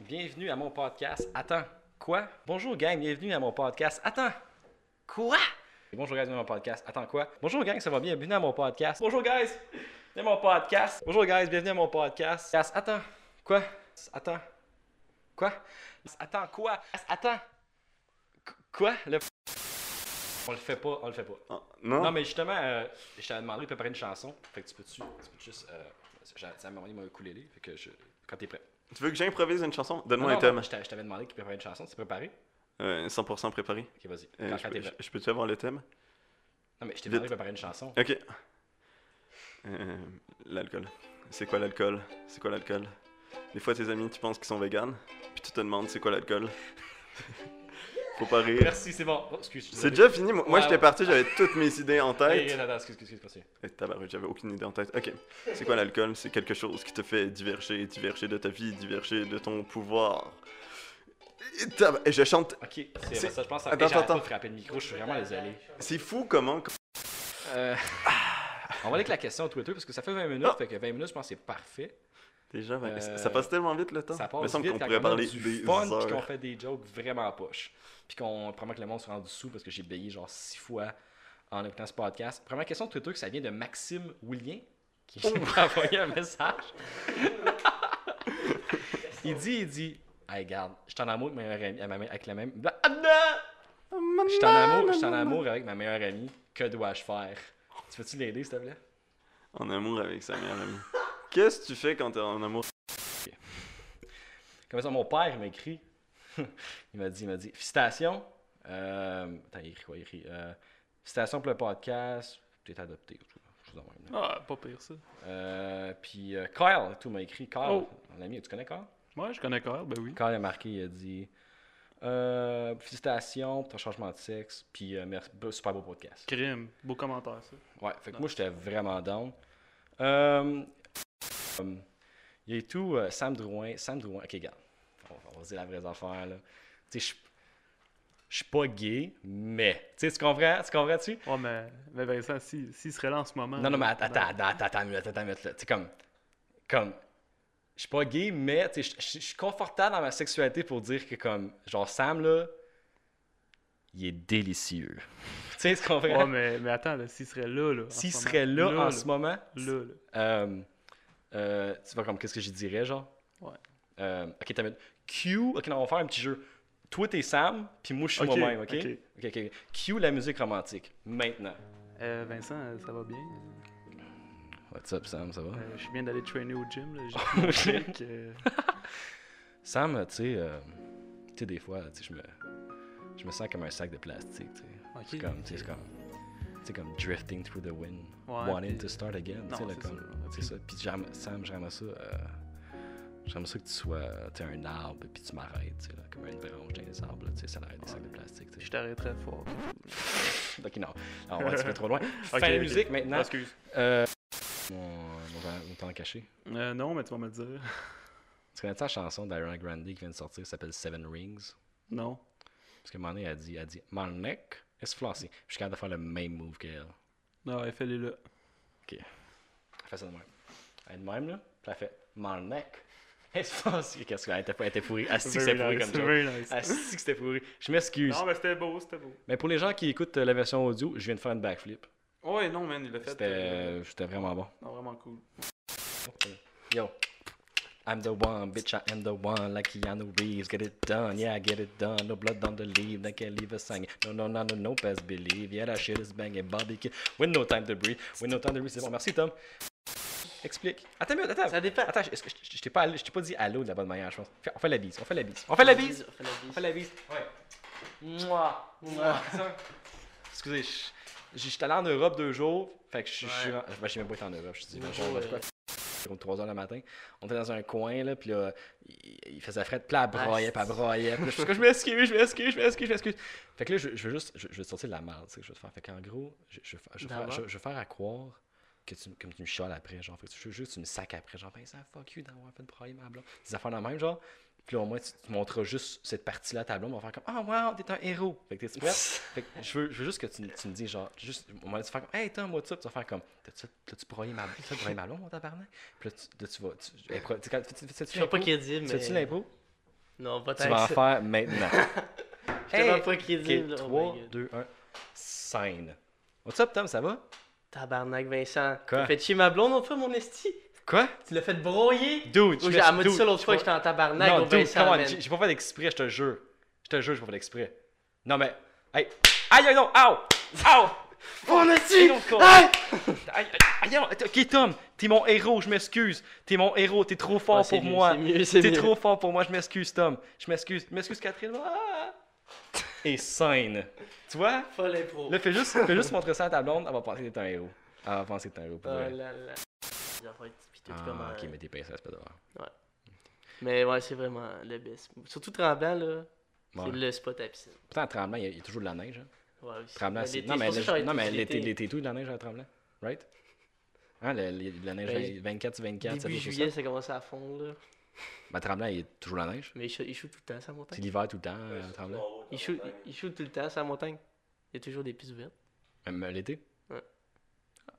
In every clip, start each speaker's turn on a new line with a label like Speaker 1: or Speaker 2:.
Speaker 1: bienvenue à mon podcast. Attends, quoi? Bonjour gang, bienvenue à mon podcast. Attends, quoi? Bonjour guys, bienvenue à mon podcast. Attends, quoi? Bonjour gang, ça va bien? Bienvenue à mon podcast. Bonjour guys, bienvenue à mon podcast. Bonjour guys, bienvenue à mon podcast. Attends, quoi? Attends, quoi? Attends, quoi? Attends, Qu- quoi? Le... On le fait pas, on le fait pas.
Speaker 2: Ah, Non?
Speaker 1: Non, mais justement, euh, je t'avais demandé de préparer une chanson. Fait que tu peux-tu tu peux juste. Euh, j'ai- ça m'a demandé mon ukulélé. Fait que je, quand t'es prêt.
Speaker 2: Tu veux que j'improvise une chanson?
Speaker 1: Non,
Speaker 2: Donne-moi
Speaker 1: non,
Speaker 2: un thème.
Speaker 1: non, je t'a- je t'avais demandé qu'il préparait une chanson. Tu préparé
Speaker 2: Euh, 100% préparé.
Speaker 1: Ok, vas-y.
Speaker 2: Euh,
Speaker 1: quand
Speaker 2: je,
Speaker 1: quand
Speaker 2: peux-
Speaker 1: t'es prêt.
Speaker 2: je- je peux-tu avoir le thème?
Speaker 1: Non, mais je t'ai
Speaker 2: vite.
Speaker 1: demandé de préparer une chanson.
Speaker 2: Ok. Euh, l'alcool. C'est quoi l'alcool? C'est quoi l'alcool? Des fois, tes amis, tu penses qu'ils sont véganes, puis tu te demandes c'est quoi l'alcool. Faut pas rire.
Speaker 1: Merci, c'est bon. Oh, excuse.
Speaker 2: C'est déjà fini. Moi, moi,
Speaker 1: Ouais,
Speaker 2: j'étais
Speaker 1: ouais.
Speaker 2: parti, j'avais toutes mes idées en tête.
Speaker 1: Hey, attends, excuse, excuse, excuse.
Speaker 2: Eh, tabarouette, j'avais aucune idée en tête. Ok. C'est quoi l'alcool? C'est quelque chose qui te fait diverger, diverger de ta vie, diverger de ton pouvoir. Et tab- et je chante.
Speaker 1: Ok, c'est
Speaker 2: C'est-
Speaker 1: ça, je pense.
Speaker 2: Attends,
Speaker 1: Attends,
Speaker 2: attends.
Speaker 1: attends. de frapper le micro, je suis vraiment désolé.
Speaker 2: C'est fou comment.
Speaker 1: Euh, On va aller avec la question Twitter parce que ça fait 20
Speaker 2: Ah!
Speaker 1: minutes. Fait que 20 minutes, je pense que c'est parfait.
Speaker 2: Déjà, ben,
Speaker 1: Euh,
Speaker 2: ça- ça passe tellement vite le temps.
Speaker 1: Ça
Speaker 2: Il me
Speaker 1: passe
Speaker 2: semble
Speaker 1: vite
Speaker 2: qu'on
Speaker 1: quand
Speaker 2: pourrait
Speaker 1: on a
Speaker 2: parler
Speaker 1: du
Speaker 2: des
Speaker 1: fun puis qu'on
Speaker 2: heures.
Speaker 1: fait des jokes vraiment poches. Puis qu'on promet que le monde se rend du sous parce que j'ai béillé genre six fois en écoutant ce podcast. Première question de Twitter, que ça vient de Maxime Willien qui m'a envoyé un message. il dit, il dit, hey garde, je suis en amour avec ma meilleure amie, à ma me- avec la même. Bla- Ah, non! Je suis en amour, je suis en amour avec ma meilleure amie. Que dois-je faire? Tu peux-tu l'aider, s'il te plaît?
Speaker 2: En amour avec sa meilleure amie. Qu'est-ce que tu fais quand t'es en amour?
Speaker 1: Comme ça, mon père il m'a écrit. il m'a dit, il m'a dit, félicitations. Euh, attends, il écrit quoi? Il écrit, euh, félicitations pour le podcast. T'es adopté. ou tout, chose de même, là.
Speaker 3: Ah, pas pire ça.
Speaker 1: Euh, puis euh, Kyle, tout m'a écrit. Kyle,
Speaker 3: Oh.
Speaker 1: mon ami, tu connais Kyle?
Speaker 3: Moi, je connais Carl, ben oui.
Speaker 1: Kyle a marqué, il a dit, euh, félicitations pour ton changement de sexe. Puis euh, merci, beau- super beau podcast.
Speaker 3: Crime, beau commentaire ça.
Speaker 1: Ouais, fait que moi, j'étais vraiment down. Euh, euh, il est tout euh, Sam Drouin. Sam Drouin, ok, regarde. On, va- on va se dire la vraie affaire, là. Tu sais, je je suis pas gay, mais. Tu sais, tu comprends? Tu comprends-tu?
Speaker 3: Ouais, mais, mais Vincent, s'il si, s'il serait là en ce moment.
Speaker 1: Non, non, mais
Speaker 3: là,
Speaker 1: attends, attends, attends, attends, attends, une minute, attends, une minute, là. Tu sais, comme. Comme. Je suis pas gay, mais, tu sais, je- je je suis confortable dans ma sexualité pour dire que, comme, genre, Sam, là, il est délicieux. tu sais, tu comprends?
Speaker 3: Ouais, mais, mais attends, là, s'il serait là, là. en
Speaker 1: S'il
Speaker 3: ce
Speaker 1: serait là,
Speaker 3: moment,
Speaker 1: en ce moment,
Speaker 3: Là, là.
Speaker 1: Euh, euh, tu vois, comme qu'est-ce que j'y dirais, genre?
Speaker 3: Ouais.
Speaker 1: Euh, ok, t'as mis Q. Ok, non, on va faire un petit jeu. Toi, t'es Sam, puis moi, je suis
Speaker 3: Ok,
Speaker 1: moi-même, ok?
Speaker 3: ok.
Speaker 1: ok? ok. Q, la musique romantique. Maintenant.
Speaker 3: Euh, Vincent, euh, ça va bien?
Speaker 1: What's up, Sam, ça va?
Speaker 3: Euh, je viens d'aller trainer au gym, là. J'ai pris mon chèque, euh,
Speaker 1: Sam, tu sais, euh, tu sais, des fois, tu sais, je me, je me sens comme un sac de plastique, tu sais.
Speaker 3: Ok,
Speaker 1: C'est comme, tu sais, c'est
Speaker 3: ok.
Speaker 1: comme, tu sais, comme drifting through the wind,
Speaker 3: Ouais,
Speaker 1: wanting
Speaker 3: puis-
Speaker 1: to start again, tu sais,
Speaker 3: Non,
Speaker 1: là,
Speaker 3: c'est
Speaker 1: comme,
Speaker 3: ça,
Speaker 1: c'est ça. Puis j'aime- Sam, j'aimerais ça, euh, j'aimerais ça que tu sois, euh, tu sais, un arbre, puis tu m'arrêtes, tu sais, là, comme une branche dans les arbres, là, tu sais, ça l'arrête des sacs de plastique, tu
Speaker 3: Je
Speaker 1: sais.
Speaker 3: t'arrêterais fort.
Speaker 1: Ok, non, non, on va un petit peu trop loin. Fin
Speaker 3: Ok,
Speaker 1: de
Speaker 3: ok.
Speaker 1: musique, maintenant.
Speaker 3: Excuse.
Speaker 1: Euh, mon, mon, mon temps caché.
Speaker 3: Euh, non, mais tu vas me le dire.
Speaker 1: Tu connais la chanson d'Ariana Grande qui vient de sortir, qui s'appelle Seven Rings?
Speaker 3: Non.
Speaker 1: Parce que Mané a dit, elle dit, My neck is flossy. Je suis capable de faire le même move qu'elle.
Speaker 3: Non, elle fait les là.
Speaker 1: Ah, Elle fait ça de même. Elle est de même, là. Puis elle fait, My neck is flossy. Qu'est-ce qu'elle était, elle était pourrie. Asti que
Speaker 3: Very
Speaker 1: c'était pourri
Speaker 3: nice,
Speaker 1: comme ça. Ah,
Speaker 3: very nice.
Speaker 1: Asti que c'était pourri. Je m'excuse.
Speaker 3: Non, mais c'était beau, c'était beau.
Speaker 1: Mais pour les gens qui écoutent euh, la version audio, je viens de faire une backflip.
Speaker 3: Ouais, non, man, il l'a fait.
Speaker 1: C'était
Speaker 3: euh,
Speaker 1: euh, c'était vraiment bon.
Speaker 3: Non, vraiment cool.
Speaker 1: Yo. I'm the one, bitch, I am the one, like Keanu Reeves. Get it done, yeah, get it done. No blood on the leave, they can't leave us hanging. No, no, no, no, no, best believe. Yeah, that shit is banging. Barbecue, with no time to breathe. With no time to breathe, c'est bon. Merci, Tom. Explique. Attends, mais attends.
Speaker 4: Ça dépend.
Speaker 1: Attends, est-ce que je- je je t'ai pas, allé- je t'ai pas dit allô de la bonne manière, je pense. Fais- On fait la bise, on fait la bise. On fait la bise!
Speaker 4: On fait la
Speaker 1: On fait la bise. Ouais.
Speaker 4: Moi.
Speaker 1: Excusez, je- je- j'étais allé en Europe deux jours. Fait que je suis.
Speaker 4: Ouais.
Speaker 1: je suis en- ben, Je sais même pas été en Europe. Je suis dit,
Speaker 4: Deux
Speaker 1: ben,
Speaker 4: jours,
Speaker 1: on va de quoi faire comme 3 h le matin. On était dans un coin, là, puis là, il, il faisait fret, puis là, elle broyait, puis elle broyait. Puis là, je suis comme, je m'excuse, je m'excuse, je m'excuse, je m'excuse. Fait que là, je, je veux juste, je, je veux te sortir de la merde, tu sais, que je veux te faire. Fait qu'en gros, je, je, veux faire- je, veux faire-
Speaker 4: D'abord.
Speaker 1: je- je veux faire à croire que tu, me- comme tu me chiales après, genre, fait que je veux juste que tu me sacs après, genre, ben, ça, fuck you d'avoir fait broyer ma blonde. Des affaires dans le même, genre. Puis là, au moins, tu, tu montreras juste cette partie-là à ta blonde, on va faire comme, ah, wow, t'es un héros. Fait que t'es prête. Fait que je veux, je veux juste que tu, me- tu me dis, genre, juste, au moment où tu vas faire comme, hey, Tom, moi, ça, puis tu vas faire comme, t'as-tu t'as-tu broyé ma, t'as-tu broyé ma blonde, mon tabarnak? Puis là, tu, là, tu vas, tu, hey, pro- tu, tu, tu, tu, tu,
Speaker 4: Je suis pas crédible, mais.
Speaker 1: tu l'impro?
Speaker 4: Non, pas
Speaker 1: Tu vas en
Speaker 4: tant que ça.
Speaker 1: faire maintenant.
Speaker 4: Je suis tellement
Speaker 1: Hey,
Speaker 4: pas
Speaker 1: Ok,
Speaker 4: crédible. là. Oh my
Speaker 1: 3,
Speaker 4: God.
Speaker 1: 2, 1. Scène. What's up, Tom? Ça va?
Speaker 4: Tabarnak, Vincent.
Speaker 1: Quoi?
Speaker 4: T'as fait chier ma blonde l'autre fois, mon esti?
Speaker 1: Quoi?
Speaker 4: Tu l'as fait broyer?
Speaker 1: Dude,
Speaker 4: Ou
Speaker 1: me-
Speaker 4: j'ai elle m'a dit
Speaker 1: dude,
Speaker 4: ça l'autre
Speaker 1: je
Speaker 4: fois
Speaker 1: me-
Speaker 4: que j'étais en tabarnak,
Speaker 1: Non,
Speaker 4: au
Speaker 1: dude,
Speaker 4: Vincent,
Speaker 1: come on,
Speaker 4: man.
Speaker 1: j'ai j'ai pas fait exprès, je te jure. Je te jure, j'ai pas fait exprès. Non, mais. Hey! Aïe, aïe, non! Ow! Ow!
Speaker 4: Mon esti!
Speaker 1: Non, con.
Speaker 4: Aïe!
Speaker 1: Aïe, aïe, aïe, aïe, ok, Tom, t'es mon héros, je m'excuse. T'es mon héros, t'es trop fort
Speaker 4: Ah, c'est
Speaker 1: pour
Speaker 4: mieux,
Speaker 1: moi.
Speaker 4: C'est mieux, c'est
Speaker 1: T'es
Speaker 4: mieux.
Speaker 1: trop fort pour moi, je m'excuse, Tom. Je m'excuse, je m'excuse, Catherine. Ah! Et scène. Tu vois?
Speaker 4: Faut l'impro.
Speaker 1: Là, fais juste, fais juste montrer ça à ta blonde, elle va penser que t'es un héros. Elle va penser que t'es un héros
Speaker 4: Oh
Speaker 1: pour vrai.
Speaker 4: là là. Il va falloir être piteux comme
Speaker 1: Ah,
Speaker 4: un-
Speaker 1: ok, mais t'es pincé, c'est pas dehors.
Speaker 4: Mais ouais, c'est vraiment le best. Surtout Tremblant, là.
Speaker 1: Ouais.
Speaker 4: C'est le spot à piscine.
Speaker 1: Pourtant, à Tremblant, il y, a- il y a toujours de la neige. hein.
Speaker 4: Ouais, aussi.
Speaker 1: Tremblant,
Speaker 4: Mais
Speaker 1: c'est.
Speaker 4: Ben, l'été,
Speaker 1: Non, mais,
Speaker 4: pour ça que j'arrête
Speaker 1: le- non, mais
Speaker 4: plus
Speaker 1: l'été, l'été, tout de la neige à Tremblant. Right? Hein, le- le- la neige
Speaker 4: Ben,
Speaker 1: 24 sur 24, ça
Speaker 4: Début
Speaker 1: fait tout
Speaker 4: juillet,
Speaker 1: ça.
Speaker 4: ça commence à fondre, là.
Speaker 1: Ben, Tremblant, il y a toujours la neige.
Speaker 4: Mais il chou- il shoot tout le temps, sa
Speaker 1: C'est
Speaker 4: montagne.
Speaker 1: l'hiver tout le temps, euh, Tremblant.
Speaker 4: Il shoot, il shoot tout le temps, sa montagne. Il y a toujours des pistes ouvertes.
Speaker 1: Même euh, l'été?
Speaker 4: Ouais.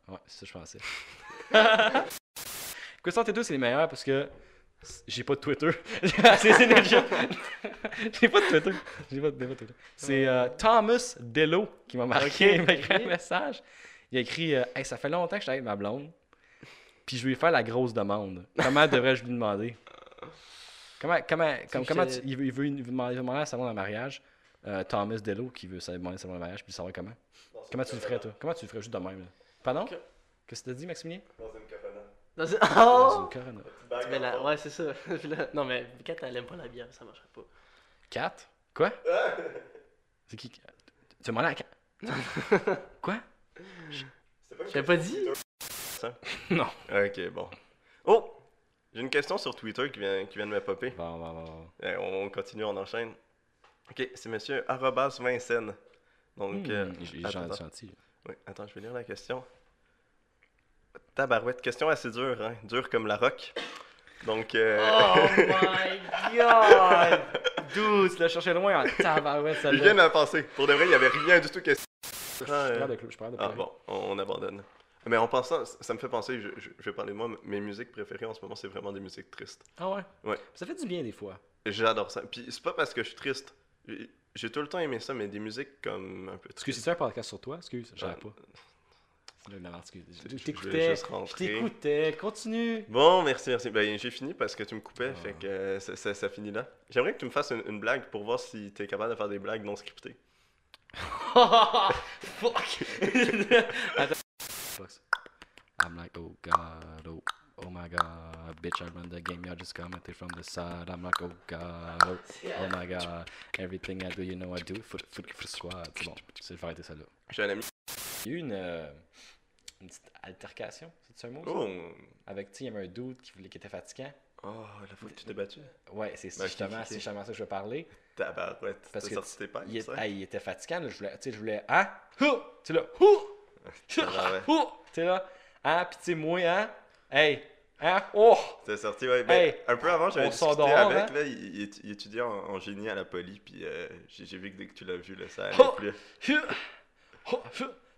Speaker 1: Ah Ouais, c'est ça que je pensais. Question T2, c'est les meilleurs parce que c- j'ai pas de Twitter. c'est c'est déjà. j'ai pas de Twitter. J'ai pas de, j'ai pas de Twitter. C'est euh, Thomas Dello qui m'a marqué.
Speaker 4: Ok,
Speaker 1: il m'a écrit
Speaker 4: ok.
Speaker 1: un message. Il a écrit euh, Hey, ça fait longtemps que je suis avec ma blonde. Puis je vais lui faire la grosse demande. Comment devrais-je lui demander Comment, comment, comme,
Speaker 4: je
Speaker 1: comment
Speaker 4: te-
Speaker 1: tu- il veut, il veut une- il veut demander, il veut demander à sa blonde en mariage euh, Thomas Dello qui veut sa- demander sa blonde en mariage puis savoir comment Comment tu le ferais, toi? Comment tu le ferais juste de même? Là? Pardon?
Speaker 4: Que-
Speaker 1: Qu'est-ce que t'as dit, Maximilien?
Speaker 2: Dans une cabane.
Speaker 4: Dans une-
Speaker 1: Dans
Speaker 4: Oh!
Speaker 1: une corona.
Speaker 4: Tu mets la- Ouais, c'est ça. Puis là- non, mais quand elle aime pas la bière, ça marcherait pas.
Speaker 1: Quatre? Quoi? C'est qui? qui- Tu m'en as quatre? Quoi?
Speaker 4: Je t'avais pas dit?
Speaker 1: Non.
Speaker 2: Ok, bon. Oh! J'ai une question sur Twitter qui vient, qui vient de me popper.
Speaker 1: Bon, bon, bon, bon.
Speaker 2: Eh, on continue, on enchaîne. Ok, c'est monsieur arrobas Vincennes. Donc,
Speaker 1: Hmm,
Speaker 2: euh,
Speaker 1: j'ai- j'ai
Speaker 2: attends,
Speaker 1: gentil,
Speaker 2: attends.
Speaker 1: gentil.
Speaker 2: Oui, attends, je vais lire la question. Tabarouette, question assez dure, hein? Dure comme la roque. Donc, euh,
Speaker 4: Oh my god!
Speaker 1: Dude, tu l'as cherché loin en tabarouette, ça
Speaker 2: je viens de la penser. Pour de vrai, il n'y avait rien du tout que
Speaker 1: Je parle de clou- je parle de
Speaker 2: Ah
Speaker 1: clou.
Speaker 2: bon, on abandonne. Mais en pensant, ça ça me fait penser, je, je- je vais parler de moi, mes musiques préférées en ce moment, c'est vraiment des musiques tristes.
Speaker 1: Ah ouais?
Speaker 2: Ouais.
Speaker 1: Ça fait du bien des fois.
Speaker 2: J'adore ça. Puis c'est pas parce que je suis triste. J'ai- J'ai tout le temps aimé ça, mais des musiques comme un peu
Speaker 1: Excuse,
Speaker 2: tristes.
Speaker 1: c'est un podcast sur toi? Excuse, j'arrive
Speaker 2: Ah.
Speaker 1: pas. C'est de la merde, excuse. Je-
Speaker 2: Je-
Speaker 1: Je
Speaker 2: je vais
Speaker 1: t'écoutais.
Speaker 2: juste
Speaker 1: Je
Speaker 2: rentrer.
Speaker 1: t'écoutais. Continue.
Speaker 2: Bon, merci, merci. Ben, j'ai fini parce que tu me coupais,
Speaker 1: Ah.
Speaker 2: fait que euh, ça, ça- ça finit là. J'aimerais que tu me fasses une, une blague pour voir si t'es capable de faire des blagues non scriptées.
Speaker 4: Fuck!
Speaker 1: Fuck. I'm like, oh god, oh, oh my god. Bitch, I run the game, y'all just commented from the side. I'm like, oh god, oh, oh my god. Everything I do, you know I do it for, for, for the squad. C'est bon, c'est je vais arrêter ça là.
Speaker 2: J'ai un ami.
Speaker 1: Il y a eu une, euh, une petite altercation, c'est un mot? ça?
Speaker 2: Oh,
Speaker 1: Avec, tu sais, il y avait un dude qui, voulait- qui était fatigant.
Speaker 2: oh la fois que tu t'es battu.
Speaker 1: Ouais, c'est
Speaker 2: Ben, ok,
Speaker 1: justement,
Speaker 2: ok,
Speaker 1: c'est
Speaker 2: ok.
Speaker 1: justement ça que je veux parler.
Speaker 2: Tabarouette, t'as
Speaker 1: Parce que
Speaker 2: sorti tes pailles,
Speaker 1: Il, est-
Speaker 2: ça.
Speaker 1: ah, il était fatigant, là, je voulais, tu sais, je voulais, hein? Hou! Tu sais, là, hou!
Speaker 2: Ah ouais.
Speaker 1: Hou! Tu sais, là, hein? Puis, tu sais, moi, hein? Hey! Hein? Oh!
Speaker 2: C'est sorti, ouais. Ben,
Speaker 1: Hey,
Speaker 2: un peu avant, j'avais
Speaker 1: on sort
Speaker 2: discuté
Speaker 1: dehors,
Speaker 2: avec,
Speaker 1: hein?
Speaker 2: là, il, il- il étudiait en, en génie à la poly, puis euh, j'ai j'ai vu que dès que tu l'as vu, là, ça allait
Speaker 1: Oh!
Speaker 2: plus.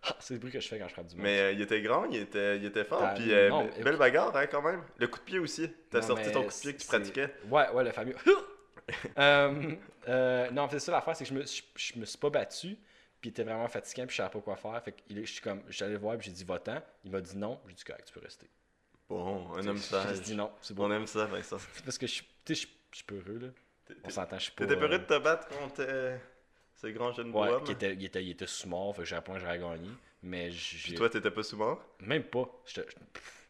Speaker 1: Ah, C'est le bruit que je fais quand je frappe du monde.
Speaker 2: Mais euh, il était grand, il était, il était fort,
Speaker 1: T'as-
Speaker 2: puis euh,
Speaker 1: non,
Speaker 2: be-
Speaker 1: mais-
Speaker 2: belle bagarre, hein, quand même. Le coup de pied aussi. T'as
Speaker 1: Non,
Speaker 2: sorti
Speaker 1: mais
Speaker 2: ton coup de pied que tu
Speaker 1: c'est-
Speaker 2: pratiquais.
Speaker 1: Ouais, ouais, le fameux. Euh, euh, non, c'est ça l'affaire, c'est que je me, je, je me suis pas battu, puis il était vraiment fatiguant, puis je savais pas quoi faire. Fait que il est- je suis comme, j'allais le voir, puis j'ai dit votant. Il m'a dit non, j'ai dit correct, tu peux rester.
Speaker 2: Bon, un homme
Speaker 1: ça.
Speaker 2: sage.
Speaker 1: J'ai dit non, c'est bon.
Speaker 2: On aime ça, Vincent.
Speaker 1: C'est parce que je, suis- tu sais, je, je suis peureux, là.
Speaker 2: T'es-
Speaker 1: On
Speaker 2: t'es-
Speaker 1: s'entend, je suis pas.
Speaker 2: T'étais
Speaker 1: euh,
Speaker 2: peureux de te battre contre euh, ce grand jeune
Speaker 1: Ouais,
Speaker 2: bois.
Speaker 1: qui était, il, était, il était sous mort, fait que j'ai point j'aurais gagné. Mais
Speaker 2: Puis
Speaker 1: j'ai.
Speaker 2: toi, t'étais pas souvent.
Speaker 1: Même pas. J'étais pff,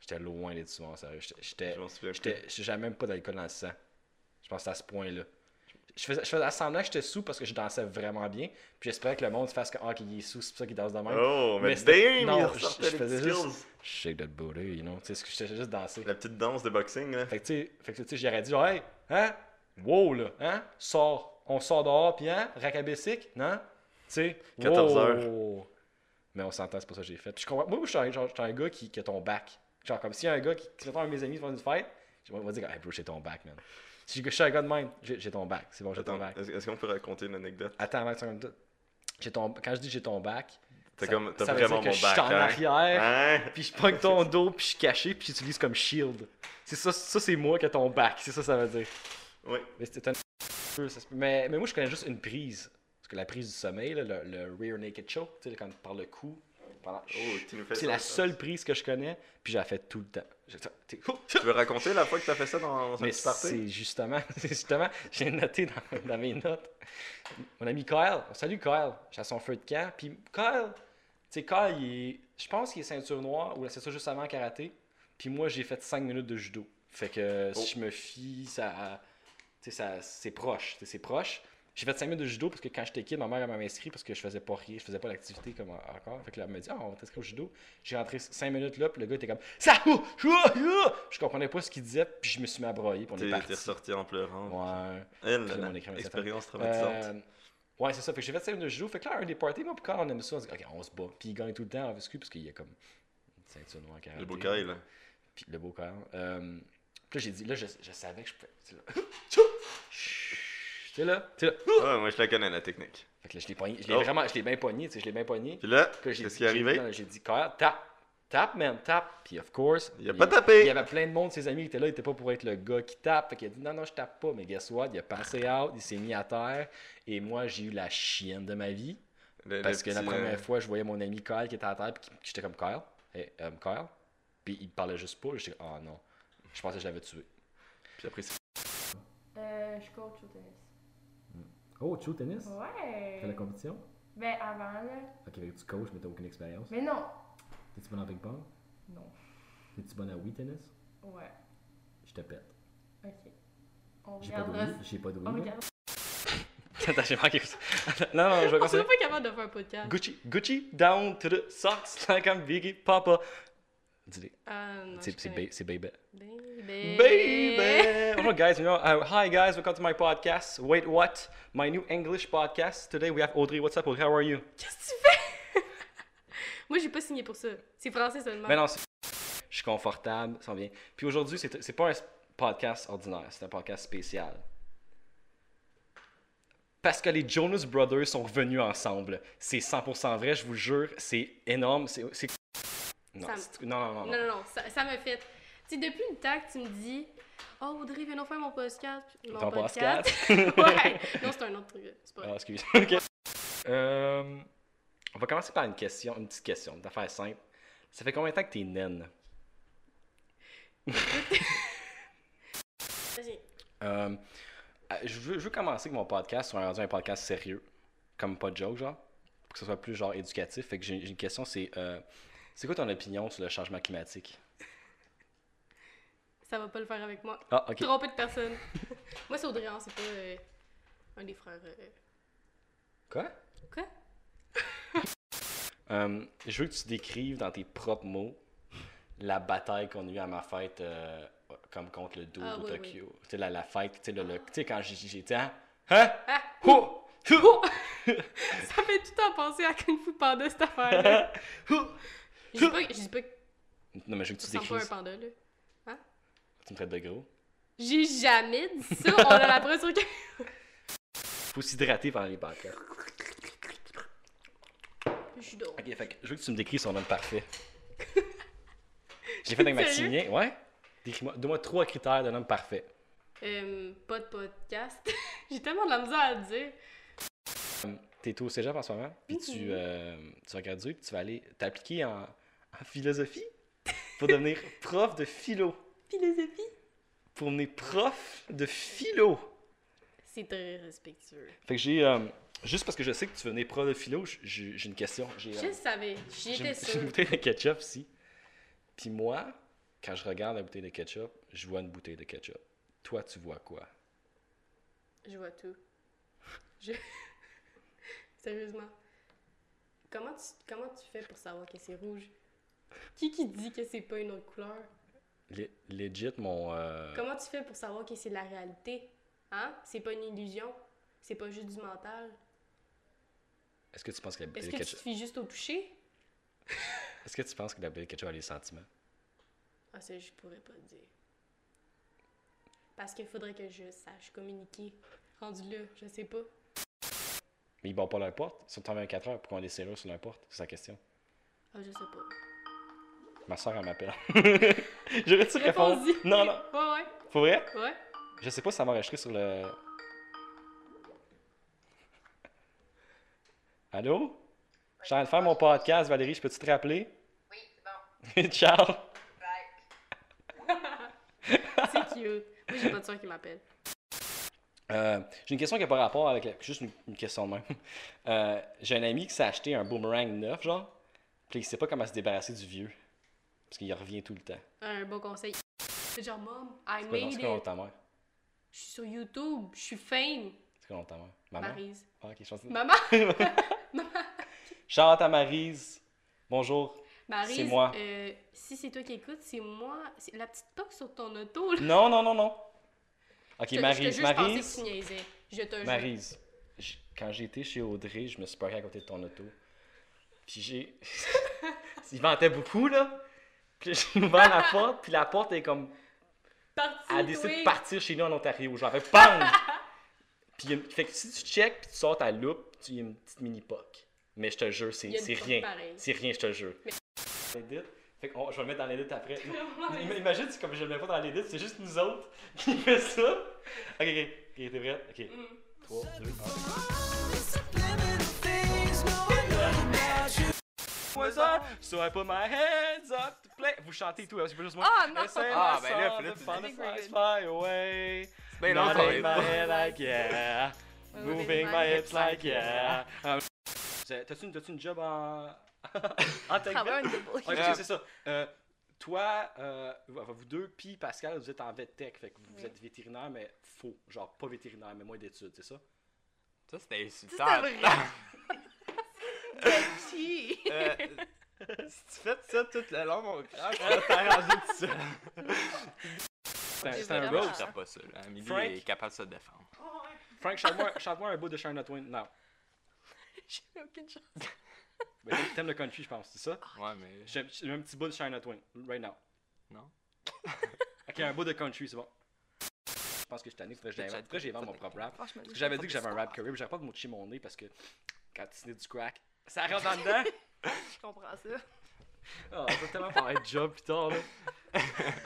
Speaker 1: j'étais loin d'être sous mort, sérieux. J'étais- J'étais.
Speaker 2: Je m'en souviens plus.
Speaker 1: J'étais, j'avais même pas d'alcool dans le sang. Je pense que c'est à ce point-là. Je faisais, je faisais semblant que j'étais sous parce que je dansais vraiment bien. Puis j'espérais que le monde fasse que, ah, qu'il est sous, c'est pour ça qu'il danse de même.
Speaker 2: Oh, mais,
Speaker 1: Mais c'était-
Speaker 2: damn,
Speaker 1: non,
Speaker 2: il
Speaker 1: je-
Speaker 2: ressortait
Speaker 1: je
Speaker 2: les
Speaker 1: faisais
Speaker 2: petits
Speaker 1: juste-
Speaker 2: skills.
Speaker 1: Shake that booty, you know. Tu sais, ce que j'étais juste dansé.
Speaker 2: La petite danse de boxing, là.
Speaker 1: Fait que, tu sais, fait que, tu sais, j'aurais dit, genre, hey, hein, wow, là, hein, sort, on sort dehors, puis hein, racabessic, non? Tu sais,
Speaker 2: 14
Speaker 1: wow.
Speaker 2: heures.
Speaker 1: Mais on s'entend, c'est pas ça que j'ai fait. Puis je comprends- moi, moi, je suis un, genre, je suis un gars qui, qui a ton bac. Genre, comme s'il y a un gars qui, qui mettons, un de mes amis font une fête, on va dire, hey, bro, j'ai ton bac, man. Si je je suis un gars de même, j'ai j'ai ton bac, c'est bon, j'ai ton
Speaker 2: Attends,
Speaker 1: bac.
Speaker 2: est-ce est-ce qu'on peut raconter une anecdote?
Speaker 1: Attends, Max, comme j'ai ton... quand je dis j'ai ton bac,
Speaker 2: T'as
Speaker 1: ça-
Speaker 2: comme- t'as
Speaker 1: ça veut dire
Speaker 2: vraiment
Speaker 1: que
Speaker 2: mon
Speaker 1: je suis
Speaker 2: bac,
Speaker 1: en
Speaker 2: hein?
Speaker 1: arrière,
Speaker 2: Hein?
Speaker 1: puis je pogne ton dos, puis je suis caché, puis j'utilise comme shield. C'est ça, ça c'est moi qui ai ton bac, c'est ça ça veut dire.
Speaker 2: Oui.
Speaker 1: Mais c'était un peu, ça se peut. Mais, mais moi, je connais juste une prise. Parce que la prise du sommeil, là, le, le rear naked choke, tu sais, quand par le cou. pendant-
Speaker 2: Oh, tu nous fais
Speaker 1: c'est
Speaker 2: ça,
Speaker 1: la
Speaker 2: ça.
Speaker 1: seule prise que je connais, puis je la fais tout le temps. Je- t'es-
Speaker 2: Tu veux raconter la fois que t'as fait ça dans, dans un
Speaker 1: Mais
Speaker 2: petit party?
Speaker 1: c'est justement, c'est justement, j'ai noté dans, dans mes notes, mon ami Kyle, salut Kyle, j'ai son feu de camp, puis Kyle, tu sais, Kyle, il est- je pense qu'il est ceinture noire, ou la ceinture juste avant en karaté, puis moi, j'ai fait 5 minutes de judo. Fait que
Speaker 2: Oh.
Speaker 1: si je me fie, ça, tu sais, ça, c'est proche, tu sais, c'est proche. J'ai fait 5 minutes de judo parce que quand j'étais kid, ma mère elle m'avait inscrit parce que je faisais pas rien, je faisais pas l'activité comme en- encore. Fait que là, elle m'a dit, Ah, on va t'inscrire au judo. J'ai rentré 5 minutes là, puis le gars était comme, ça, ouh, ouh, ouh. Je comprenais pas ce qu'il disait, puis je me suis mis à broyer, puis on est
Speaker 2: T'es
Speaker 1: parti.
Speaker 2: t'es ressorti en pleurant.
Speaker 1: Ouais.
Speaker 2: Elle,
Speaker 1: Puis
Speaker 2: là,
Speaker 1: mon
Speaker 2: là,
Speaker 1: écran est
Speaker 2: expérience traumatisante.
Speaker 1: Euh, ouais, c'est ça. Fait que j'ai fait 5 minutes de judo. Fait que là, un des parties, moi, puis quand on aime ça, on se dit, OK, on se bat. Puis il gagne tout le temps en VSQ parce qu'il y a comme une ceinture noire en karaté.
Speaker 2: Le beau Kyle. là.
Speaker 1: Puis le beau Kyle. Euh, puis là, j'ai dit, là, je, je savais que je pouvais. Tu sais, là. Tu sais, là. Tu sais, là.
Speaker 2: Ouais, moi je la connais la technique.
Speaker 1: Fait que là, je l'ai pogné. Je l'ai
Speaker 2: Oh.
Speaker 1: vraiment, je l'ai bien pogné, tu sais, je l'ai bien pogné.
Speaker 2: Puis là,
Speaker 1: Puis là, j'ai
Speaker 2: qu'est-ce
Speaker 1: dit-
Speaker 2: qui est
Speaker 1: j'ai dit,
Speaker 2: arrivé?
Speaker 1: non, J'ai dit, Kyle, tape. Tape, man, tape. Puis, of course.
Speaker 2: Il a pas tapé.
Speaker 1: Il y avait plein de monde, ses amis qui étaient là, il était pas pour être le gars qui tape. Fait qu'il a dit, non, non, je tape pas. Mais guess what? Il a passé out, il s'est mis à terre. Et moi, j'ai eu la chienne de ma vie.
Speaker 2: Le- le
Speaker 1: Parce que la
Speaker 2: petit,
Speaker 1: première
Speaker 2: euh,
Speaker 1: fois, je voyais mon ami Kyle qui était à terre, puis qui- j'étais comme Kyle, hey, euh, Kyle, puis il me parlait juste pas, j'étais comme, oh non, je pensais que je l'avais tué.
Speaker 2: Puis après, c'est-
Speaker 5: Euh, je coach au tennis.
Speaker 1: Oh, tu joues au tennis?
Speaker 5: Ouais.
Speaker 1: compétition?
Speaker 5: Ben avant là.
Speaker 1: Ok, tu coaches, mais t'as aucune expérience.
Speaker 5: Mais non.
Speaker 1: T'es-tu bon en ping-pong?
Speaker 5: Non.
Speaker 1: T'es-tu bon à Wii tennis?
Speaker 5: Ouais.
Speaker 1: Je te pète.
Speaker 5: Ok. On regardera. ça.
Speaker 1: j'ai pas de
Speaker 5: On regarde.
Speaker 1: Attends, j'ai manqué ça. Non, non, je vais
Speaker 5: On serait
Speaker 1: continuer.
Speaker 5: pas capable de faire un podcast.
Speaker 1: Gucci, Gucci, down to the socks, like I'm Biggie Papa. Dis-le,
Speaker 5: Ah non.
Speaker 1: c'est
Speaker 5: je
Speaker 1: c'est
Speaker 5: connais.
Speaker 1: ba- c'est baby.
Speaker 5: Baby.
Speaker 1: Baby! Hello, guys. You know, uh, hi, guys. Welcome to my podcast. Wait, what? My new English podcast. Today we have Audrey. What's up, Audrey? How are you?
Speaker 5: Qu'est-ce que tu fais? Moi, j'ai pas signé pour ça. C'est français seulement.
Speaker 1: Mais non, c'est- je suis confortable, ça va bien. Puis aujourd'hui, c'est c'est pas un s- podcast ordinaire, c'est un podcast spécial. Parce que les Jonas Brothers sont revenus ensemble. C'est 100% vrai, je vous jure. C'est énorme. C'est. c'est- Non,
Speaker 5: Ça me-
Speaker 1: c'est- non, non, non, non.
Speaker 5: Non, non, non, ça, ça m'a fait. Tu sais, depuis le temps que tu me dis Oh, Audrey, viens nous faire mon podcast. Mon
Speaker 1: Ton
Speaker 5: ouais. Non, c'est un autre truc. C'est pas
Speaker 1: Ah,
Speaker 5: vrai.
Speaker 1: excuse. Ok. Euh, on va commencer par une question, une petite question, une affaire simple. Ça fait combien de temps que t'es naine?
Speaker 5: Vas-y.
Speaker 1: Euh, euh, je, veux, je veux commencer que mon podcast soit rendu un podcast sérieux, comme pas de joke, genre, pour que ce soit plus genre éducatif. Fait que j'ai j'ai une question, c'est euh, c'est quoi ton opinion sur le changement climatique?
Speaker 5: Ça va pas le faire avec moi.
Speaker 1: Ah, ok.
Speaker 5: Tromper de personne. moi, c'est Audrey, hein, c'est pas euh, un des frères. euh,
Speaker 1: Quoi?
Speaker 5: Quoi?
Speaker 1: Euh, je veux que tu décrives dans tes propres mots la bataille qu'on a eue à ma fête, euh, comme contre le dos
Speaker 5: Ah,
Speaker 1: au
Speaker 5: oui, oui.
Speaker 1: Tokyo. Tu sais, la, la fête, tu sais, le- le- tu sais, quand j'ai- j'étais. Hein? Hein?
Speaker 5: Ah!
Speaker 1: Ho! Ho!
Speaker 5: Ça fait tout en penser à Kung Fu Panda, cette affaire-là.
Speaker 1: Ho!
Speaker 5: Je dis pas, je dis pas que
Speaker 1: Non, mais je veux que
Speaker 5: tu
Speaker 1: tu
Speaker 5: ressembles pas à un
Speaker 1: décrives.
Speaker 5: panda, là.
Speaker 1: Tu me traites de gros.
Speaker 5: J'ai jamais dit ça. On a la preuve sur que.
Speaker 1: Faut s'hydrater pendant les podcasts.
Speaker 5: Je suis drôle.
Speaker 1: Ok, fait que je veux que tu me décris son homme parfait. J'ai fait avec Maximien, ouais. Décris-moi, donne-moi trois critères d'un homme parfait.
Speaker 5: Euh, pas de podcast. J'ai tellement de la misère à le dire.
Speaker 1: Hum, T'es au cégep en ce moment, puis tu,
Speaker 5: Mhm.
Speaker 1: euh, tu vas graduer, puis tu vas aller t'appliquer en, en philosophie pour devenir prof de philo.
Speaker 5: Philosophie.
Speaker 1: Pour devenir prof de philo.
Speaker 5: C'est très respectueux.
Speaker 1: Fait que j'ai, euh, juste parce que je sais que tu veux devenir prof de philo, j- j'ai j'ai une question. J'ai, euh,
Speaker 5: Je le savais.
Speaker 1: J'ai
Speaker 5: J'y étais
Speaker 1: j'ai une
Speaker 5: sûre.
Speaker 1: bouteille de ketchup ici. Puis moi, quand je regarde la bouteille de ketchup, je vois une bouteille de ketchup. Toi, tu vois quoi?
Speaker 5: Je vois tout. Je... Sérieusement. Comment tu, comment tu fais pour savoir que c'est rouge? Qui qui dit que c'est pas une autre couleur?
Speaker 1: Le- legit, mon. euh,
Speaker 5: Comment tu fais pour savoir que c'est la réalité? Hein? C'est pas une illusion? C'est pas juste du mental?
Speaker 1: Est-ce que tu penses que la bouteille
Speaker 5: Est-ce
Speaker 1: de
Speaker 5: que tu te
Speaker 1: ketchup.
Speaker 5: fies juste au toucher?
Speaker 1: Est-ce que tu penses que la bouteille de ketchup a des sentiments?
Speaker 5: Ah, ça, je pourrais pas te dire. Parce qu'il faudrait que je sache communiquer. Rendu là, je sais pas.
Speaker 1: Mais ils battent pas leur porte. Ils sont en 24 heures. Pourquoi on a des serrures sur leur porte? C'est sa question.
Speaker 5: Ah, je sais pas.
Speaker 1: Ma soeur, elle m'appelle. J'aurais dû répondre.
Speaker 5: Réponds-y.
Speaker 1: Non, non.
Speaker 5: Ouais, ouais.
Speaker 1: Faut vrai?
Speaker 5: Ouais.
Speaker 1: Je sais pas si ça m'a enregistré sur le. Allô? Je suis en train de faire mon podcast, Valérie, je peux-tu te rappeler?
Speaker 6: Oui, c'est bon.
Speaker 1: Ciao!
Speaker 6: Bye.
Speaker 5: C'est cute. Moi, j'ai pas de soeur qui m'appelle.
Speaker 1: Euh, j'ai une question qui n'a pas rapport avec la... Juste une, une question de même. Euh, j'ai un ami qui s'est acheté un boomerang neuf, genre, puis il sait pas comment se débarrasser du vieux. Parce qu'il revient tout le temps.
Speaker 5: Un bon conseil. C'est genre, Mom, I
Speaker 1: C'est quoi, non,
Speaker 5: made
Speaker 1: c'est quoi le nom de
Speaker 5: it.
Speaker 1: ta mère?
Speaker 5: Je suis sur YouTube. Je suis fame.
Speaker 1: C'est quoi le nom de ta mère? Maman?
Speaker 5: Marise.
Speaker 1: Ah, ok, je pense que-
Speaker 5: Maman,
Speaker 1: Shout out à Marise. Bonjour.
Speaker 5: Marise.
Speaker 1: C'est moi.
Speaker 5: euh, si c'est toi qui écoutes, c'est moi. C'est la petite poque sur ton auto, là.
Speaker 1: Non, non, non, non. Ok,
Speaker 5: Je te-
Speaker 1: Marise.
Speaker 5: Je te jure, je pensais que tu
Speaker 1: Marise.
Speaker 5: niaisais. Je te jure.
Speaker 1: Marise. j- Quand j'étais chez Audrey, je me suis parké à côté de ton auto. Puis j'ai. il ventait beaucoup, là. Puis j'ai ouvert la porte, puis la porte est comme
Speaker 5: Parti,
Speaker 1: Elle décide
Speaker 5: toi.
Speaker 1: de partir chez nous en Ontario. Genre, elle fait PANG! puis, il y a une- fait que si tu check puis tu sors ta loupe, tu il y a une petite mini POC. Mais je te jure, c'est
Speaker 5: Il y a une
Speaker 1: c'est
Speaker 5: POC
Speaker 1: rien.
Speaker 5: pareille.
Speaker 1: C'est rien, je te jure. Reddit. Fait que on- je vais le mettre dans les l'edit après. Im- Imagine, c'est comme je le mets pas dans les l'edit, c'est juste nous autres qui fait ça. Ok, ok, ok, t'es prête? Ok. 3, 2, 1. What's up? So I put my hands up to play. Vous chantez et tout, hein, c'est pas juste moi.
Speaker 5: Ah, non!
Speaker 1: Essaye
Speaker 2: Ah,
Speaker 1: my
Speaker 2: ben là,
Speaker 1: song,
Speaker 2: fallait
Speaker 1: the
Speaker 2: que tu
Speaker 1: fun
Speaker 5: dises.
Speaker 1: flies fly away.
Speaker 2: Ben
Speaker 1: Nodding
Speaker 2: encore une
Speaker 1: my
Speaker 2: fois.
Speaker 1: head like yeah. Moving my hips like yeah. Um, c'est- T'as-tu une, t'as-tu une job en. en tech
Speaker 5: Travail
Speaker 1: vec?
Speaker 5: de boy.
Speaker 1: Ok,
Speaker 2: Yeah.
Speaker 1: c'est ça. Euh, toi, euh, vous enfin, vous deux, puis Pascal, vous êtes en vet tech. Fait que vous
Speaker 6: Oui.
Speaker 1: êtes vétérinaire, mais faux. Genre pas vétérinaire, mais moins d'études, c'est ça?
Speaker 2: Ça, c'était insultant.
Speaker 6: C'était vrai.
Speaker 2: Euh, si tu fais ça tout le long, mon crash, on va t'arranger tout seul.
Speaker 1: C'est un,
Speaker 6: C'est
Speaker 1: c'est un
Speaker 6: vraiment-
Speaker 1: roast.
Speaker 6: Ah.
Speaker 7: C'est pas ça. là. Amélie
Speaker 1: Frank.
Speaker 7: est capable de se défendre.
Speaker 1: Frank, chante-moi chante-moi un bout de Shine Not Wind. Non.
Speaker 6: J'ai aucune chance.
Speaker 1: Mais t'aimes- T'aimes le country, je pense, c'est ça?
Speaker 7: Ouais, mais.
Speaker 1: J'ai un petit- j'ai un petit bout de Shine Not Wind, right now.
Speaker 7: Non.
Speaker 1: ok, un bout de country, c'est bon. Je pense que je t'ai faudrait que je l'invente. Faudrait que j'ai vendu mon propre rap.
Speaker 6: Franchement,
Speaker 1: Parce que j'avais dit que j'avais un rap career, mais j'avais pas de mocher mon nez parce que quand tu sniffes du crack, ça rentre en dedans.
Speaker 6: Je comprends ça.
Speaker 1: Oh, ça va tellement faire un job plus tard, là.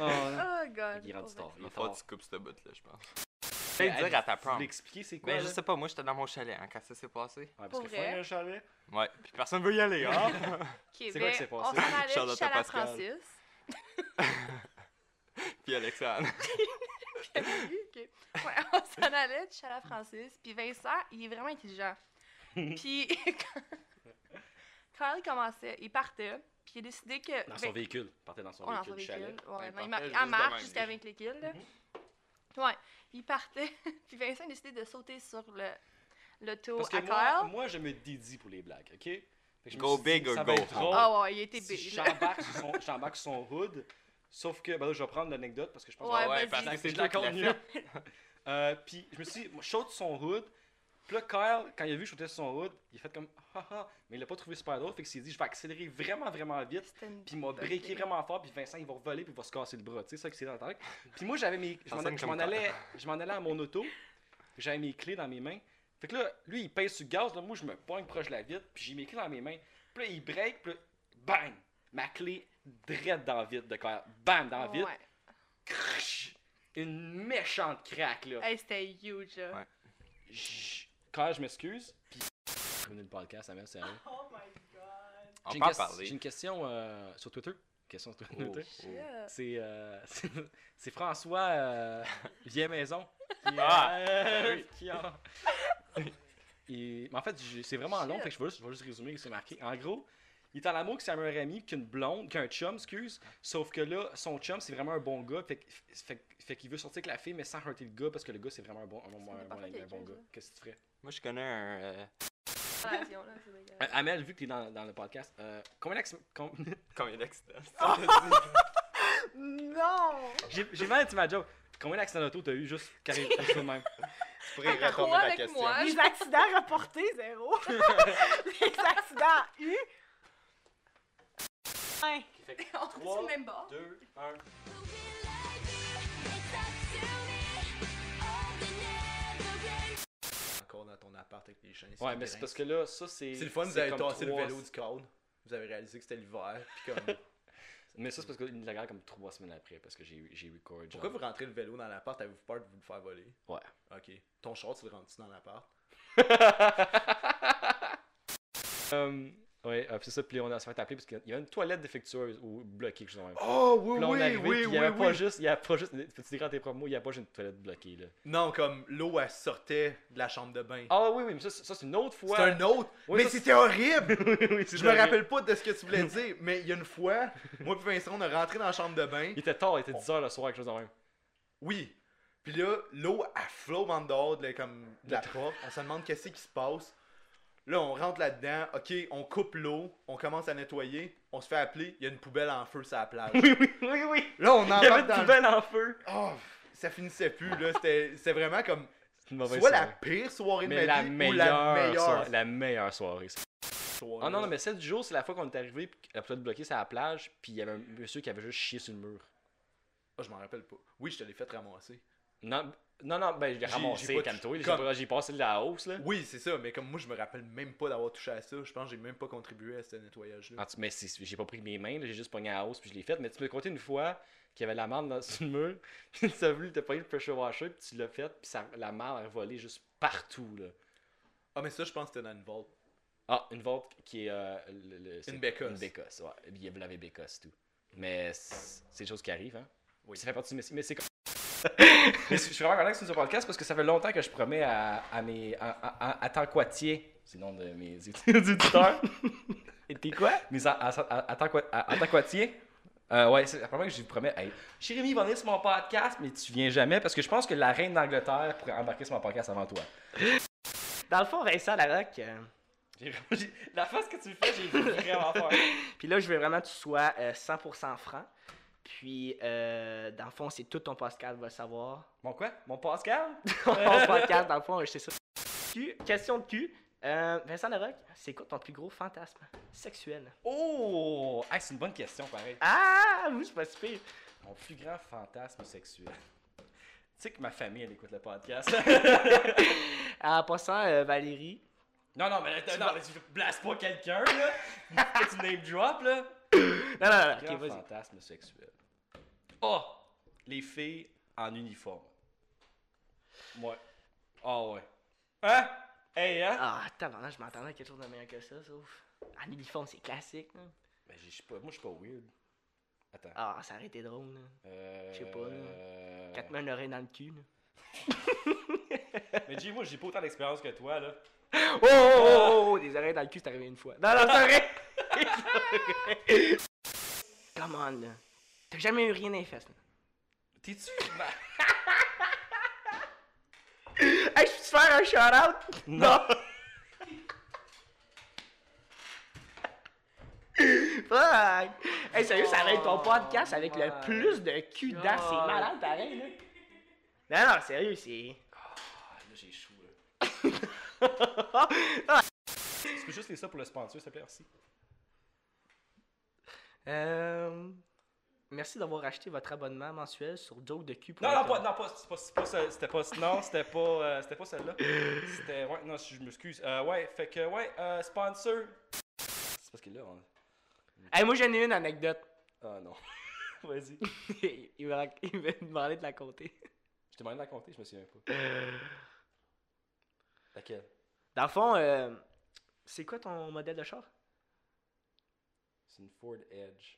Speaker 1: Oh, non.
Speaker 6: Oh, God.
Speaker 1: Il est rendu tard.
Speaker 7: Il
Speaker 1: Il
Speaker 7: va
Speaker 1: est
Speaker 7: falloir
Speaker 1: tard.
Speaker 7: que tu coupes ce bout-là, je pense. Je vais dire à ta
Speaker 1: Tu
Speaker 7: prom.
Speaker 1: l'expliquer, c'est quoi?
Speaker 7: Ben, je
Speaker 1: là?
Speaker 7: sais pas, moi, j'étais dans mon chalet hein, quand ça s'est passé.
Speaker 1: Ouais, parce
Speaker 6: Pour
Speaker 1: que
Speaker 6: vrai?
Speaker 1: faut un chalet.
Speaker 7: Ouais, puis personne veut y aller, hein?
Speaker 1: C'est quoi qui s'est passé?
Speaker 6: On s'en allait
Speaker 7: Charlotte
Speaker 6: chez la
Speaker 7: Pascal.
Speaker 6: Francis.
Speaker 7: puis Alexandre.
Speaker 6: Ok. Ouais, on s'en allait de Chala Francis. Puis Vincent, il est vraiment intelligent. Puis quand- quand il commençait, il partait. Puis il a décidé que.
Speaker 1: Dans
Speaker 6: Vin-
Speaker 1: son véhicule. Il Partait dans son
Speaker 6: Ouais, dans
Speaker 1: véhicule du chalet.
Speaker 6: Ouais,
Speaker 7: il
Speaker 6: non,
Speaker 7: partait
Speaker 6: il mar-
Speaker 7: juste
Speaker 6: en
Speaker 7: de
Speaker 6: marche
Speaker 7: même.
Speaker 6: jusqu'à avec les kills. là.
Speaker 1: Mhm.
Speaker 6: Ouais. Il partait. puis Vincent a décidé de sauter sur le l'auto
Speaker 1: Parce que
Speaker 6: à
Speaker 1: moi,
Speaker 6: Kyle.
Speaker 1: moi, je me dédie pour les blagues, ok? Fait que je me
Speaker 7: Go
Speaker 1: suis dit,
Speaker 7: big or
Speaker 1: ça va
Speaker 7: go
Speaker 1: être
Speaker 7: home.
Speaker 1: drôle.
Speaker 6: Ah ouais, il était
Speaker 1: si
Speaker 6: bébé.
Speaker 1: j'embarque sur son, j'embarque sur son hood. Sauf que, ben là, je vais prendre l'anecdote parce que je pense
Speaker 6: Ouais,
Speaker 1: que
Speaker 6: vas-y.
Speaker 7: parce que
Speaker 1: c'est
Speaker 7: c'est
Speaker 1: je
Speaker 7: toi
Speaker 1: la
Speaker 7: qui l'as
Speaker 1: compte
Speaker 7: fait.
Speaker 1: mieux. Euh, Puis je me suis dit, moi, je saute sur son hood. Puis là, Kyle, quand il a vu que je sautais sur son hood, il a fait comme, haha, mais il l'a pas trouvé super drôle. Fait qu'il s'est dit, je vais accélérer vraiment, vraiment vite.
Speaker 6: C'était une
Speaker 1: Puis il m'a
Speaker 6: bonne
Speaker 1: breaké
Speaker 6: idée.
Speaker 1: vraiment fort, puis Vincent, il va voler, puis il va se casser le bras. Tu sais, ça qui s'est dans la tête. Puis moi, j'avais mes. Je m'en
Speaker 7: sonne
Speaker 1: je
Speaker 7: comme
Speaker 1: m'en allais, je m'en allais à mon auto, j'avais mes clés dans mes mains. Fait que là, lui, il pèse sur le gaz, là, moi, je me poigne proche de la vitre, puis j'ai mes clés dans mes mains. Puis là, il break, puis là, bang! Ma clé drette dans la vitre de corps. Bam! Dans la vitre.
Speaker 6: Ouais.
Speaker 1: Crrrch! Une méchante craque, là.
Speaker 6: Hey, c'était huge, là.
Speaker 7: Ouais.
Speaker 1: Chut. Kyle, je m'excuse, puis. Je connais le podcast, ça m'a sérieux.
Speaker 7: On
Speaker 1: J'ai
Speaker 7: peut
Speaker 1: une,
Speaker 7: en
Speaker 1: ques- j'ai
Speaker 7: parler.
Speaker 1: une question euh, sur Twitter. Question sur
Speaker 7: Oh,
Speaker 1: Twitter.
Speaker 7: oh.
Speaker 6: Shit.
Speaker 1: C'est euh, c'est- c'est François euh, Vieille Maison qui,
Speaker 7: Ah,
Speaker 1: euh,
Speaker 7: oui.
Speaker 1: qui a- Il- mais en fait, j'ai- c'est vraiment long,
Speaker 6: Shit.
Speaker 1: fait que je vais juste, je vais juste résumer ce qui est marqué. En gros, il est en amour que c'est un meilleur ami qu'une blonde, qu'un chum, excuse. Sauf que là, son chum, c'est vraiment un bon gars. Fait, que- fait, fait qu'il veut sortir avec la fille, mais sans heurter le gars, parce que le gars, c'est vraiment un bon, un bon,
Speaker 6: Ça
Speaker 1: un
Speaker 6: dépend
Speaker 1: bon
Speaker 6: pas
Speaker 1: ami, un
Speaker 6: quel
Speaker 1: bon
Speaker 6: gars,
Speaker 1: gars.
Speaker 6: là.
Speaker 1: Qu'est-ce que tu ferais?
Speaker 7: Moi, je connais un. euh,
Speaker 6: Relation, là, c'est dégueulasse.
Speaker 1: Euh, Amel, vu que t'es dans, dans le podcast, euh, combien d'acc- com-
Speaker 7: Combien d'accidents?
Speaker 6: Non!
Speaker 1: J'ai j'ai mal dit ma job. Combien d'accidents d'auto t'as eu juste carré juste de même?
Speaker 7: Tu pourrais
Speaker 6: T'as quoi avec moi?
Speaker 8: Les accidents reportés, zéro. Les accidents eus. Hein,
Speaker 6: On est sur le même bord.
Speaker 1: 2, 1.
Speaker 9: encore dans ton appart avec les chiens.
Speaker 1: Ouais, mais c'est parce que là, ça, c'est.
Speaker 9: C'est le fun, vous avez
Speaker 1: comme
Speaker 9: tassé le
Speaker 1: trois-
Speaker 9: vélo du cône. Vous avez réalisé que c'était l'hiver. Puis comme.
Speaker 1: Mais ça, c'est parce qu'il l'a gardé comme trois semaines après, parce que j'ai j'ai record. genre.
Speaker 9: Pourquoi vous rentrez le vélo dans l'appart Avez-vous peur de vous le faire voler
Speaker 1: Ouais.
Speaker 9: Ok. Ton short, tu le rentres-tu dans l'appart
Speaker 1: Euh, ouais, euh, c'est ça, puis on a- on s'est fait appeler parce qu'il y avait une toilette défectueuse ou bloquée, quelque chose comme ça.
Speaker 9: Oh, oui,
Speaker 1: Puis là, on est arrivé, puis il y avait pas juste, il y avait pas juste, tu décris tes propres mots, il y avait pas juste une toilette bloquée, là.
Speaker 9: Non, comme l'eau, elle sortait de la chambre de bain.
Speaker 1: Ah oui, oui, mais ça, c'est- ça, c'est une autre fois.
Speaker 9: C'est un autre.
Speaker 1: Oui,
Speaker 9: mais
Speaker 1: ça,
Speaker 9: c'était horrible.
Speaker 1: Oui, oui, c'est
Speaker 9: Je me
Speaker 1: vrai.
Speaker 9: rappelle pas de ce que tu voulais dire, mais il y a une fois, moi et Vincent, on est rentré dans la chambre de bain.
Speaker 1: Il était tard, il était 10h le soir, quelque chose de même.
Speaker 9: Oui. Puis là, l'eau, elle flotte en dehors de, la- comme, de la porte. On se demande qu'est-ce qui se passe. Là, on rentre là-dedans. OK, on coupe l'eau. On commence à nettoyer. On se fait appeler. Il y a une poubelle en feu sur la plage.
Speaker 1: Oui, oui, oui, oui.
Speaker 9: Là, on
Speaker 1: Il y avait
Speaker 9: embarque
Speaker 1: une
Speaker 9: dans le...
Speaker 1: poubelle en feu.
Speaker 9: Oh, ça finissait plus, là. C'était c'était vraiment comme...
Speaker 1: C'est une mauvaise
Speaker 9: soit la
Speaker 1: soirée.
Speaker 9: pire soirée de
Speaker 1: Mais
Speaker 9: ma
Speaker 1: la
Speaker 9: vie
Speaker 1: meilleure,
Speaker 9: ou la meilleure
Speaker 1: soirée, la meilleure soirée.
Speaker 9: soirée.
Speaker 1: Ah non, non, mais celle du jour, c'est la fois qu'on est arrivé, puis que la toilette bloquée, c'est à la plage, puis il y avait un monsieur qui avait juste chié sur le mur.
Speaker 9: Ah, je m'en rappelle pas. Oui, je te l'ai fait ramasser.
Speaker 1: Non, non, non ben, je l'ai
Speaker 9: J'ai-
Speaker 1: ramassé,
Speaker 9: j'ai pas
Speaker 1: comme
Speaker 9: touché-
Speaker 1: toi, j'ai
Speaker 9: comme-
Speaker 1: pas- j'ai passé de la hausse, là.
Speaker 9: Oui, c'est ça, mais comme moi, je me rappelle même pas d'avoir touché à ça. Je pense que j'ai même pas contribué à ce nettoyage-là.
Speaker 1: En tout- mais c'est- j'ai pas pris mes mains, là, j'ai juste pogné à la hausse puis je l'ai faite. Mais tu me compté une fois qu'il y avait de la marde dans sur le mur, puis tu as voulu, t'as pogné le pressure washer, puis tu l'as fait, puis ça- la marde a volé juste partout. Là.
Speaker 9: Ah, mais ça, je pense que c'était dans une vault.
Speaker 1: Ah, une volte qui est. euh, le- le- c'est-
Speaker 9: bécosse.
Speaker 1: Une bécosse, ouais. Il y avait la bécosse, c'est tout. Mais c'est c'est des choses qui arrivent, hein.
Speaker 9: Oui.
Speaker 1: Ça fait partie de mes. Mais c'est comme. mais je suis vraiment content que c'est sur podcast parce que ça fait longtemps que je promets à, à mes. à, à, à- à Tancoitier, c'est le nom de mes auditeurs.
Speaker 4: Et t'es quoi?
Speaker 1: Mais à, à, à, à, Tanqua- à- à Tanquatier, euh, ouais, c'est la première fois que je vous promets. Hey, Jérémy va venir sur mon podcast, mais tu viens jamais parce que je pense que la reine d'Angleterre pourrait embarquer sur mon podcast avant toi.
Speaker 4: Dans le fond, Vincent Larocque, euh,
Speaker 1: J'ai- j'ai- la face que tu fais, j'ai vraiment peur.
Speaker 4: puis là, je veux vraiment que tu sois euh, 100% franc. Puis, euh, dans le fond, c'est tout ton Pascal va le savoir.
Speaker 1: Mon quoi Mon Pascal
Speaker 4: Ton podcast, dans le fond, je sais ça. Cul, question de cul. Euh, Vincent Larocque, c'est quoi ton plus gros fantasme sexuel?
Speaker 1: Oh hey, C'est une bonne question, pareil.
Speaker 4: Ah, oui, c'est pas si pire.
Speaker 1: Mon plus grand fantasme sexuel. Tu sais que ma famille, elle écoute le podcast.
Speaker 4: En passant, euh, Valérie,
Speaker 1: non, non, mais là, non, mais tu blases pas quelqu'un, là. tu name drop, là.
Speaker 4: Non, non, non,
Speaker 1: Grand
Speaker 4: ok, vas-y.
Speaker 1: fantasme sexuel. Oh! Les filles en uniforme. Ouais. Ah ouais. Hein? Hey, hein?
Speaker 4: Ah, tabarnak, je m'attendais à quelque chose de meilleur que ça, sauf. En uniforme, c'est classique, là.
Speaker 1: Mais je suis pas. Moi, je suis pas weird. Attends.
Speaker 4: Ah, ça aurait été drôle, là.
Speaker 1: Euh,
Speaker 4: je sais pas, là.
Speaker 1: euh,
Speaker 4: Quatre mains, une oreille dans le cul, là.
Speaker 1: Mais dis moi, j'ai pas autant d'expérience que toi, là.
Speaker 4: Oh, oh, oh, oh, oh, des oreilles dans le cul, c'est arrivé une fois. Non, non, c'est vrai! Come on, là. T'as jamais eu rien dans les fesses, là.
Speaker 1: T'es-tu.
Speaker 4: Hey, je peux te faire un shout-out?
Speaker 1: non!
Speaker 4: Fuck! Hey, sérieux, ça aurait été ton
Speaker 6: Oh
Speaker 4: podcast avec
Speaker 6: my
Speaker 4: le plus de cul dedans. C'est
Speaker 6: God.
Speaker 4: malade, pareil, là. Non, non, sérieux, c'est.
Speaker 1: Ah, là, j'ai chaud, là. Tu peux juste laisser ça pour le sponsor, s'il te plaît, merci.
Speaker 4: Euh, Merci d'avoir acheté votre abonnement mensuel sur jokedecu.com.
Speaker 1: Non, non, pas, non, pas, c'est pas, c'est pas ça- c'était pas, non, c'était pas, euh, c'était pas celle-là. C'était, ouais, non, je m'excuse. Euh, ouais, fait que, ouais, euh, sponsor. C'est parce que là, on...
Speaker 4: Hey, moi, j'en ai une anecdote.
Speaker 1: Ah non. Vas-y.
Speaker 4: il m'a il m'a demandé de la compter.
Speaker 1: Je t'ai demandé de la compter, je me souviens pas. Laquelle?
Speaker 4: Dans le fond, euh, c'est quoi ton modèle de char?
Speaker 1: C'est une Ford Edge.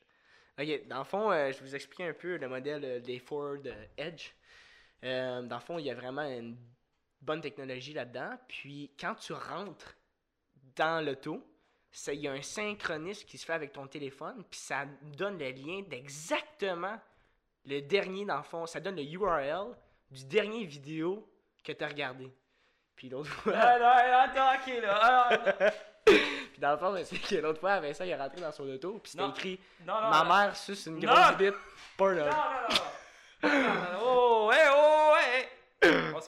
Speaker 4: Ok, dans le fond, euh, je vous explique un peu le modèle euh, des Ford euh, Edge. Euh, dans le fond, il y a vraiment une bonne technologie là-dedans. Puis quand tu rentres dans l'auto, ça- il y a un synchronisme qui se fait avec ton téléphone, puis ça donne le lien d'exactement le dernier, dans le fond, ça donne le URL du dernier vidéo que tu as regardé. Puis l'autre fois.
Speaker 1: Ah, attends, ok, là. Ah,
Speaker 4: Puis dans le fond, c'est que l'autre fois, Vincent, il est rentré dans son auto, puis c'était
Speaker 1: Non.
Speaker 4: écrit
Speaker 1: non, non,
Speaker 4: Ma
Speaker 1: non.
Speaker 4: mère suce une
Speaker 1: Ah. Non.
Speaker 4: grosse bite, porno.
Speaker 1: Non, non, non, non. non. non, non. Oh, ouais, oh, ouais. On se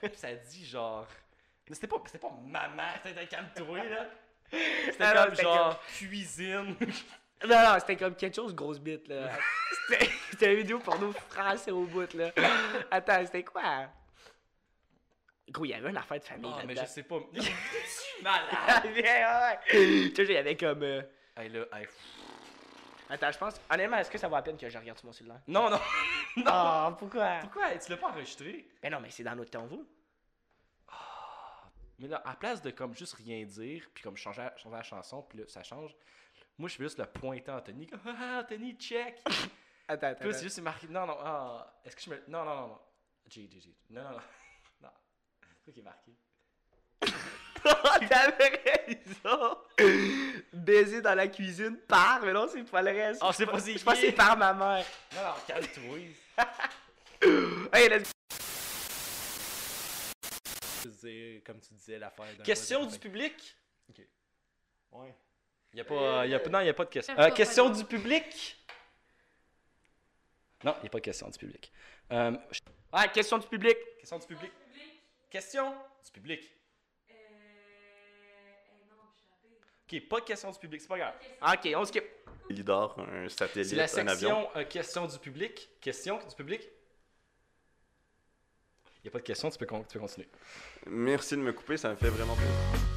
Speaker 1: Puis ça dit genre. Mais c'était pas, c'était pas maman, c'était calme-toi, là. C'était
Speaker 4: Ah non,
Speaker 1: comme
Speaker 4: c'était
Speaker 1: genre cuisine.
Speaker 4: Non, non, c'était comme quelque chose, grosse bite, là. C'était- c'était une vidéo porno français au bout, là. Attends, c'était quoi? Gros, il y avait une affaire de famille
Speaker 1: Ah, mais
Speaker 4: là-dedans.
Speaker 1: je sais pas. Mais Malade.
Speaker 4: Ah, bien, ouais. Tu sais, il y avait comme... euh,
Speaker 1: Hey, là, hey, pff,
Speaker 4: Attends, je pense. Honnêtement, est-ce que ça vaut la peine que je regarde sur mon cellulaire?
Speaker 1: Non, non. non.
Speaker 4: Ah, pourquoi?
Speaker 1: Pourquoi tu l'as pas enregistré?
Speaker 4: Mais non, mais c'est dans notre cerveau.
Speaker 1: Mais là, à place de comme juste rien dire, puis comme changer, la- changer la chanson, puis là, ça change, moi, je fais juste le pointer à Anthony, comme « Ah, Anthony, check! »
Speaker 4: Attends, attends.
Speaker 1: Puis là, c'est juste c'est marqué « Non, non, ah, est-ce que je me... Non, non, non, non. J, J, J. Non, non, non. Non. C'est quoi qui est marqué? Ah,
Speaker 4: attends. T'avais raison. Baiser dans la cuisine par, mais non, c'est pas le reste.
Speaker 1: Ah, je sais pas si
Speaker 4: Je pense que c'est par ma mère.
Speaker 1: Non, non, calme-toi.
Speaker 4: Hey, let's
Speaker 9: C'est comme tu disais, l'affaire d'un.
Speaker 1: Question du public?
Speaker 9: Ouais.
Speaker 1: Il y a pas... y a pas- non, il n'y a pas de question.
Speaker 5: Euh,
Speaker 1: Euh, question du public? Non, il n'y a pas de question du public. Euh, je-
Speaker 4: Ah, question du public.
Speaker 1: question du public. Question du public. Euh, eh OK, pas de question du public, c'est pas grave.
Speaker 4: Ah, Ok, on skip.
Speaker 2: Il dort, un satellite,
Speaker 1: C'est la
Speaker 2: un avion.
Speaker 1: section euh, questions du public. Questions du public. Il n'y a pas de questions, tu peux, con- tu peux continuer.
Speaker 2: Merci de me couper, ça me fait vraiment plaisir.